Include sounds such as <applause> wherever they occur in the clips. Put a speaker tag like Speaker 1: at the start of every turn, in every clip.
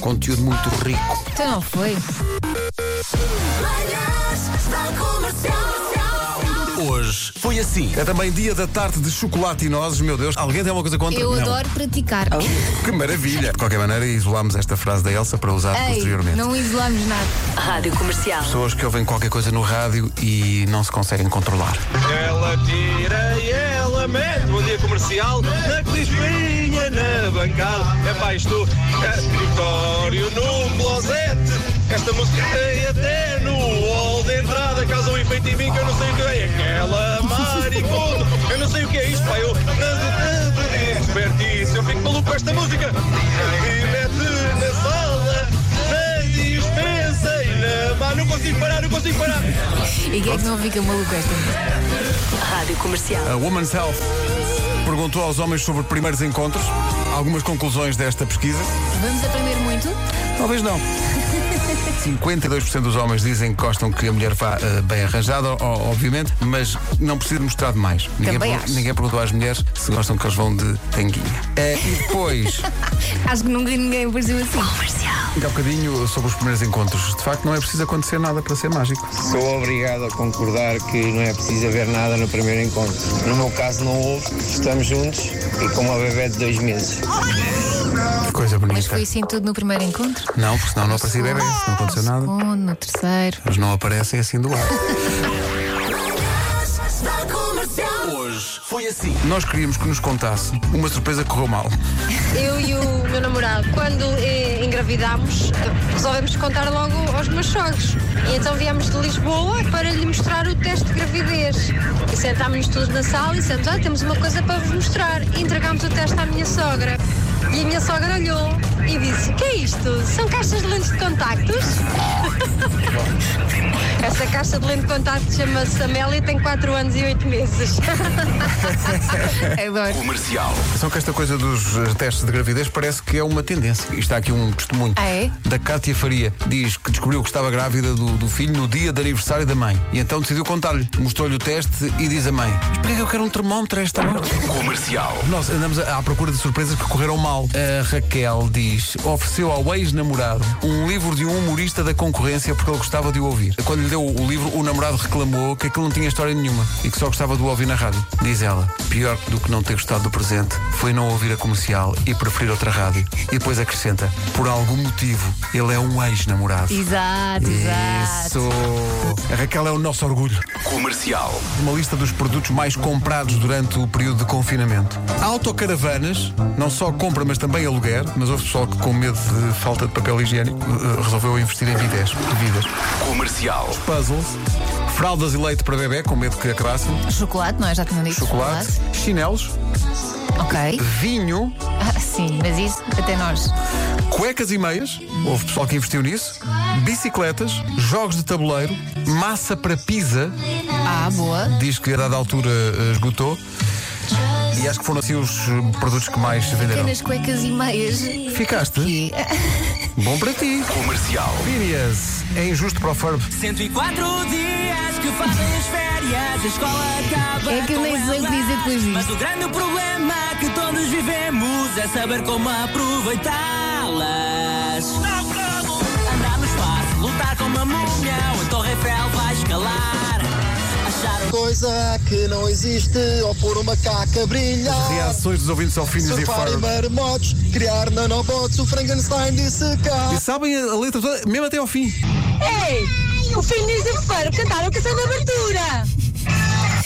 Speaker 1: conteúdo muito rico.
Speaker 2: Então não foi?
Speaker 3: Manhãs da Comercial.
Speaker 4: Hoje foi assim.
Speaker 1: É também dia da tarde de chocolate e nozes, meu Deus. Alguém tem alguma coisa contra?
Speaker 2: Eu
Speaker 1: Não. Ah,
Speaker 2: adoro praticar.
Speaker 1: Que maravilha. De qualquer maneira, isolámos esta frase da Elsa para usar
Speaker 2: Ei,
Speaker 1: posteriormente.
Speaker 2: não isolamos nada.
Speaker 5: Rádio Comercial.
Speaker 1: Pessoas que ouvem qualquer coisa no rádio e não se conseguem controlar.
Speaker 6: Ela tira e ela mete. Bom dia comercial. Na crispinha, na bancada. É pá, isto é escritório no closete. Esta música tem até no hall de entrada. Causa um efeito em mim que eu não sei o que é. Aquela maricondo. Eu não sei o que é isto, pá. Eu ando de desperdício. Eu fico maluco com esta música. E mete na sala, na dispensa e na... Pá, não consigo parar, não consigo parar.
Speaker 2: E quem é que não fica maluco esta música?
Speaker 5: Rádio Comercial.
Speaker 1: A Woman's Health perguntou aos homens sobre primeiros encontros. Algumas conclusões desta pesquisa.
Speaker 2: Vamos aprender muito?
Speaker 1: Talvez
Speaker 2: <laughs>
Speaker 1: não. 52% dos homens dizem que gostam que a mulher vá eh, bem arranjada, o- obviamente, mas não precisa de mostrar demais. Ninguém,
Speaker 2: Também
Speaker 1: pergun-
Speaker 2: acho.
Speaker 1: ninguém perguntou às mulheres se gostam que eles vão de
Speaker 2: <laughs>
Speaker 1: tanguinha. Eh, e depois,
Speaker 2: Acho que nunca ninguém apareceu assim.
Speaker 1: ainda há bocadinho sobre os primeiros encontros. De facto, não é preciso acontecer nada para ser mágico.
Speaker 7: Sou obrigado a concordar que não é preciso haver nada no primeiro encontro. No meu caso não houve, estamos juntos e com uma bebé de dois meses.
Speaker 1: Que coisa bonita.
Speaker 2: Mas foi assim tudo no primeiro encontro?
Speaker 1: Não, porque senão não aparecia bebê, não aconteceu nada.
Speaker 2: Segundo, no terceiro.
Speaker 1: Eles não aparecem assim do ar.
Speaker 3: Manhãs da Comercial.
Speaker 4: Hoje foi assim.
Speaker 1: Nós queríamos que nos contasse uma surpresa que correu mal.
Speaker 8: Eu e o meu namorado, quando eh, engravidámos, eh, resolvemos contar logo aos meus sogros. E então viemos de Lisboa para lhe mostrar o teste de gravidez. E sentámos-nos todos na sala e dissemos, ah, temos uma coisa para vos mostrar. E entregámos o teste à minha sogra. E a minha sogra olhou e disse, que é isto? São caixas de lentes de contactos? <laughs> Essa caixa de lente de contactos chama-se Amélia e tem 4 anos e 8 meses. <laughs>
Speaker 2: Adoro.
Speaker 4: Comercial.
Speaker 1: Só que esta coisa dos eh, testes de gravidez parece que é uma tendência. E está aqui um testemunho
Speaker 2: Ah, é?
Speaker 1: da Cátia Faria. Diz que descobriu que estava grávida do, do filho no dia de aniversário da mãe. E então decidiu contar-lhe. Mostrou-lhe o teste e diz a mãe: Mas porquê que eu quero um termómetro a esta hora?
Speaker 4: Comercial.
Speaker 1: Nós andamos à à procura de surpresas que correram mal. A Raquel diz: ofereceu ao ex-namorado um livro de um humorista da concorrência porque ele gostava de o ouvir. Quando lhe deu o livro, o namorado reclamou que aquilo não tinha história nenhuma e que só gostava de o ouvir na rádio. Diz ela: pior do que não ter gostado do presente foi não ouvir a comercial e preferir outra rádio. E depois acrescenta: por algum motivo, ele é um ex-namorado.
Speaker 2: Exato, exato.
Speaker 1: Isso! A Raquel é o nosso orgulho.
Speaker 4: Comercial.
Speaker 1: Uma lista dos produtos mais comprados durante o período de confinamento. Autocaravanas, não só compra, mas também aluguer. Mas houve pessoal que, com medo de falta de papel higiênico, eh, resolveu investir em vidas. vidas.
Speaker 4: Comercial.
Speaker 1: Puzzles, fraldas e leite para bebê, com medo que acabassem.
Speaker 2: Chocolate, não é? Já tinham dito
Speaker 1: Chocolate, chinelos,
Speaker 2: Ok.
Speaker 1: vinho,
Speaker 2: Ah, sim, mas isso até nós.
Speaker 1: cuecas e meias. Houve pessoal que investiu nisso. Bicicletas, jogos de tabuleiro, massa para pizza.
Speaker 2: Ah, boa.
Speaker 1: Diz que a dada altura eh, esgotou. E acho que foram assim os eh, produtos que mais se venderam.
Speaker 2: Pequenas É cuecas e meias.
Speaker 1: Ficaste?
Speaker 2: Que...
Speaker 1: Bom para ti.
Speaker 4: Comercial.
Speaker 1: Phineas, é injusto para o Ferb.
Speaker 9: 104 dias que fazem as férias, a escola acaba.
Speaker 2: É que eu
Speaker 9: com
Speaker 2: nem sei o que
Speaker 9: elas.
Speaker 2: dizer depois disto.
Speaker 9: Mas o grande problema que todos vivemos é saber como aproveitá-las. Andar no espaço, lutar com uma múmia, ou a Torre Eiffel vai escalar. Achar um o
Speaker 10: coisa que não existe, ou por uma caca brilhar.
Speaker 1: Reações dos ouvintes ao Phineas e
Speaker 10: Surfar em
Speaker 1: Ferb.
Speaker 10: marmotos, criar nanobots, o Frankenstein disse cá.
Speaker 1: E sabem a letra toda, mesmo até ao fim.
Speaker 8: Ei, o Finis e o Ferro cantaram a canção da abertura.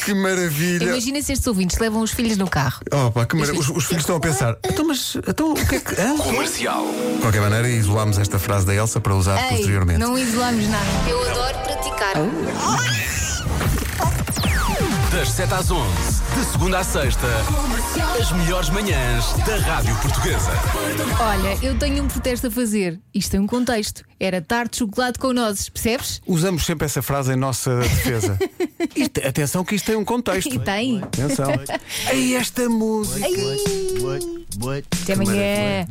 Speaker 1: Que maravilha.
Speaker 2: Imagina se estes ouvintes levam os filhos no carro.
Speaker 1: Opa, que maravilha. Os, os filhos estão a pensar. Então, mas então, o que é que. hã?"
Speaker 4: Comercial.
Speaker 1: De qualquer maneira, isolámos esta frase da Elsa para usar
Speaker 2: Ei,
Speaker 1: posteriormente.
Speaker 2: não isolamos nada. Eu adoro praticar.
Speaker 4: Das 7 às 11. De segunda à sexta. As melhores manhãs da Rádio Portuguesa.
Speaker 2: Olha, eu tenho um protesto a fazer. Isto tem um contexto. Era tarde de chocolate com nozes, percebes?
Speaker 1: Usamos sempre essa frase em nossa defesa. <laughs> Isto- atenção, que isto tem um
Speaker 2: <laughs>
Speaker 1: contexto.
Speaker 2: E tem.
Speaker 1: Atenção. Ei, esta música.
Speaker 2: Até amanhã.